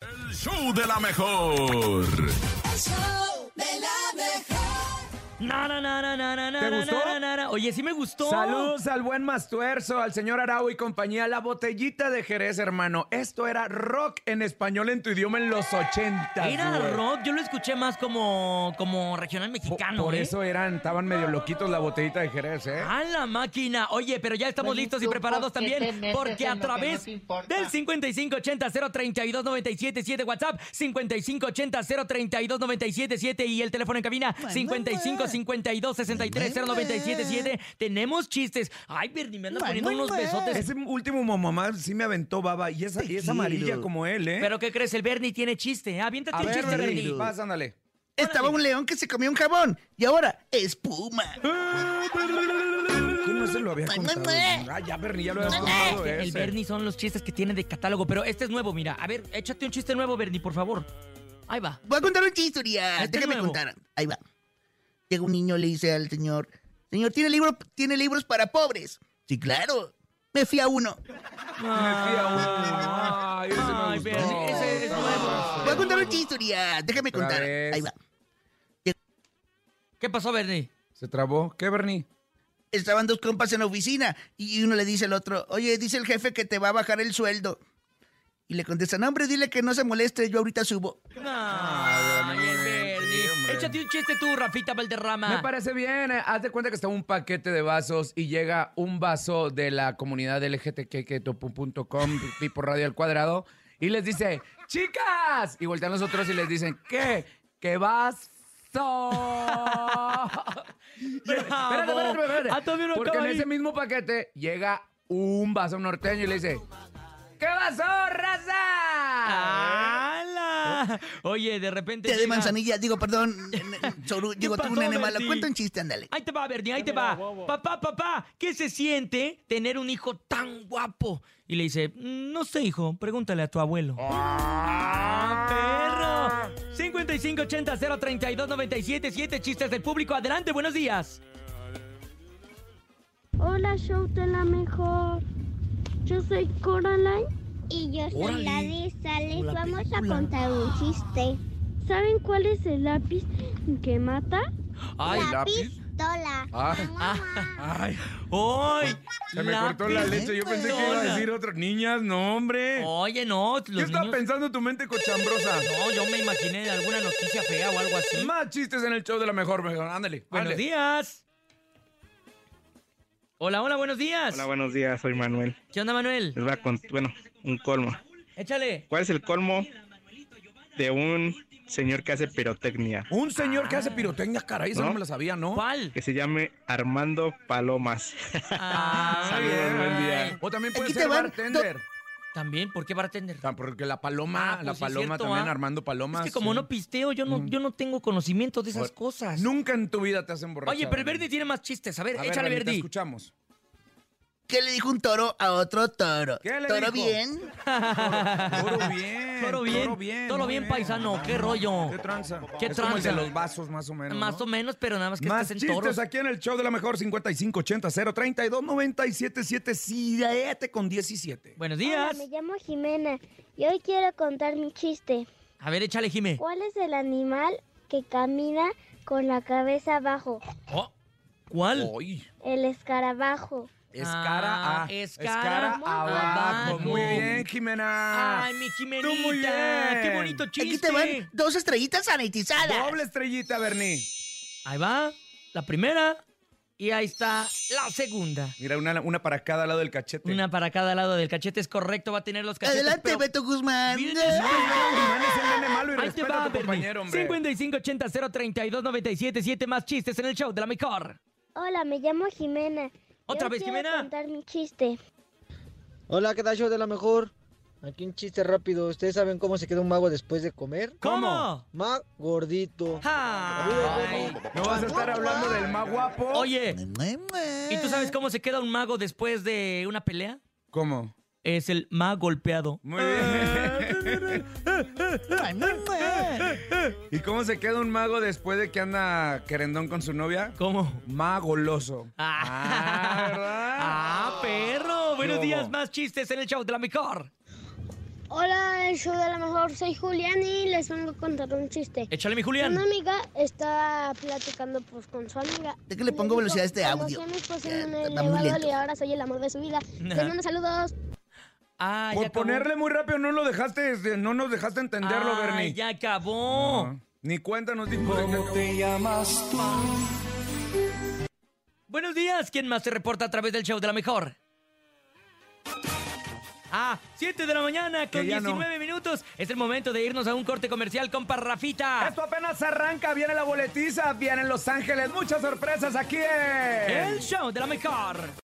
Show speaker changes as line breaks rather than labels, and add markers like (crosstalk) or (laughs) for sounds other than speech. El show de la mejor.
Na, na, na, na, na, na, na,
¿Te
na,
gustó?
na, na, na. Oye, sí me gustó.
Saludos al buen Mastuerzo, al señor Arau y compañía, la botellita de Jerez, hermano. Esto era rock en español en tu idioma en los 80.
Era rock, yo lo escuché más como, como regional mexicano.
Por
¿eh?
eso eran, estaban medio loquitos la botellita de Jerez, ¿eh?
A la máquina. Oye, pero ya estamos
Feliz
listos y
tú,
preparados
¿por qué te
también,
metes
porque
en
a
lo que no
través
te importa?
del 5580-032-977 WhatsApp, 5580-032-977 y el teléfono en cabina, 5552-630977, tenemos chistes. Ay, Bernie, me andas poniendo unos besotes.
Ese último mamá sí me aventó baba y esa, y es amarilla como él, ¿eh?
Pero ¿qué crees? El Bernie tiene chiste. Aviéntate
a
un
ver,
chiste,
Bernie,
Bernie.
vas, ándale.
Estaba un león que se comió un jabón y ahora espuma.
¿Quién no se lo había contado? Ah, ya, Bernie, ya lo habías contado
Este, El
ese.
Bernie son los chistes que tiene de catálogo, pero este es nuevo, mira. A ver, échate un chiste nuevo, Bernie, por favor. Ahí va.
Voy a contar un chiste, Urias.
Este
Déjame
nuevo.
contar. Ahí va. Llega un niño, le dice al señor, señor, ¿tiene, libro, ¿tiene libros para pobres? Sí, claro. Me fui a uno.
Me fui a uno. Ay, ese me
Ay,
gustó.
Bernie, ese es nuevo.
Voy a contar un chiste, Urias. Déjame
Otra
contar.
vez.
Ahí va.
¿Qué pasó, Bernie?
Se trabó. ¿Qué, Bernie?
Estaban dos compas en la oficina y uno le dice al otro, oye, dice el jefe que te va a bajar el sueldo. Y le contestan, hombre, dile que no se moleste, yo ahorita subo.
Ay,
Bernie,
el Bernie.
sí, hombre.
Échate un chiste tú, Rafita Valderrama.
Me parece bien. eh. Haz de cuenta que está un paquete de vasos y llega un vaso de la comunidad LGTQ.com, tipo radio al cuadrado, y les dice, ¡Chicas! Y voltean los otros y les dicen, ¿qué? ¿Qué
(laughs)
vaso? espérate, espérate, espérate.
Ah, todavía no
Porque en
acaba ahí.
ese mismo paquete llega un vaso norteño y le dice, ¿qué vaso, raza?
Ah. ¡Hala!
¿Eh?
Oye, de repente.
Te de
llega-
manzanilla, digo, perdón, Soru- digo,
pasó,
tú un nene malo.
Bernie?
Cuenta un chiste, ándale.
Ahí te va, Bernie, ahí te va. Papá, papá, ¿qué se siente tener un hijo tan guapo? Y le dice, "Mm, no sé, hijo, pregúntale a tu abuelo. ¡Ah, perro! 5580-032-977, chistes del público. Adelante, buenos días.
Hola, show de la mejor. Yo soy Coraline. Y yo soy
Órale.
la de Sales.
Como la
Vamos
película.
a contar un chiste. ¿Saben cuál es el lápiz que mata?
¡Ay! Ah.
la
lápiz.
pistola.
Ay. Ay,
¡Ay!
se me cortó la leche. Yo pensé que iba a
pistola.
decir otro. Niñas, no, hombre.
Oye, no, los
¿Qué está
niños...
pensando tu mente cochambrosa?
No, yo me imaginé alguna noticia fea o algo así.
Más chistes en el show de la mejor, mejor. Ándale.
Buenos
ándale.
días. Hola, hola, buenos días.
Hola, buenos días, soy Manuel.
¿Qué onda, Manuel?
Les voy a contar, bueno, un colmo.
Échale.
¿Cuál es el colmo de un señor que hace pirotecnia?
Un señor que
Ah.
hace pirotecnia, caray, eso no,
¿No?
me lo sabía, ¿no?
¿Cuál?
Que se llame Armando Palomas.
Ah,
Bien, buen
ay.
día. O también puede
Aquí te
ser
van
bartender.
También, ¿por qué bartender?
Ah, Porque la paloma,
Ah, pues
la
sí es
paloma
cierto,
también,
¿ah?
Armando Palomas.
Es que como
sí.
no pisteo, yo no, yo no tengo conocimiento de esas
Ahora,
cosas.
Mm. Nunca en tu vida te hacen borrachar.
Oye, pero el Verdi tiene más chistes. A ver,
A ver,
échale,
Rani, te
Verdi.
escuchamos.
¿Qué le dijo un toro a otro toro?
¿Qué le
¿Toro
dijo?
bien?
(laughs)
Toro bien.
Toro bien, toro bien, paisano, qué rollo.
Qué tranza.
Qué
Es como el de
tranza.
los vasos, más o menos.
Más
¿no?
o menos, pero nada más que
Más
estás en
chistes
toros.
aquí en el show de la mejor 5580 032 977 7 con 17.
Buenos (laughs)
Hola,
días.
me llamo Jimena y hoy quiero contar mi chiste.
A ver, échale, Jime.
¿Cuál es el animal que camina con la cabeza abajo?
Oh, ¿Cuál?
Ay,
El escarabajo.
es
Ah,
cara a.
es
Es
cara
cara abajo.
abajo.
Muy bien, Jimena.
Ay, mi Jimenita.
Tú muy bien.
Qué bonito chiste.
Aquí te van dos estrellitas sanitizadas.
Doble estrellita, Bernie.
Ahí va la primera y ahí está la segunda.
Mira, una, una para cada lado del cachete.
Una para cada lado del cachete, es correcto, va a tener los cachetes.
Adelante,
pero-
Beto Guzmán.
Miren,
No, no, no, Jimena es el nene malo y
Ahí te
respeta
va,
a tu
Bernie.
compañero, hombre.
5580 032 977 más chistes en el show de la mejor.
Hola, me llamo Jimena. y
¿Otra
hoy
vez,
quiero
Jimena?
contar mi chiste.
Hola, ¿qué tal show de la mejor? Aquí un chiste rápido. ¿Ustedes saben cómo se queda un mago después de comer?
¿Cómo?
Más gordito.
Ay.
No vas a estar hablando del más guapo.
Oye,
¿Y
¿y tú sabes cómo se queda un mago después de una pelea?
¿Cómo?
Es el más golpeado.
Muy
(laughs)
bien. ¿Y cómo se queda un mago después de que anda querendón con su novia?
¿Cómo?
Magoloso.
Ah,
Ah, ¿verdad?
Ah, perro. Buenos
hubo?
días, más chistes en el show de la mejor.
Hola, yo de la mejor soy Julián y les vengo a contar un
Eh,
chiste.
Échale mi Julián.
Una amiga está platicando pues con su amiga.
¿De qué le pongo
dijo,
velocidad a este
"Conocí
audio?
a mi esposo
Ya,
en un
está muy
elevador
lento.
y ahora soy el amor de su
(laughs)
vida. Les
Ajá.
mando saludos.
Ah,
Por
ya acabó.
ponerle muy rápido no lo dejaste, este, no nos dejaste entenderlo,
Ah,
Bernie.
ya acabó.
Ah, Ni cuenta nos dimos. de que-
Buenos días, ¿quién más se reporta a través del show de la mejor? Ah, 7 de la mañana con
Que ya no.
19 minutos. Es el momento de irnos a un corte comercial con Parrafita.
Esto apenas arranca, viene la boletiza, vienen Los Ángeles, muchas sorpresas aquí en...
El show de la mejor.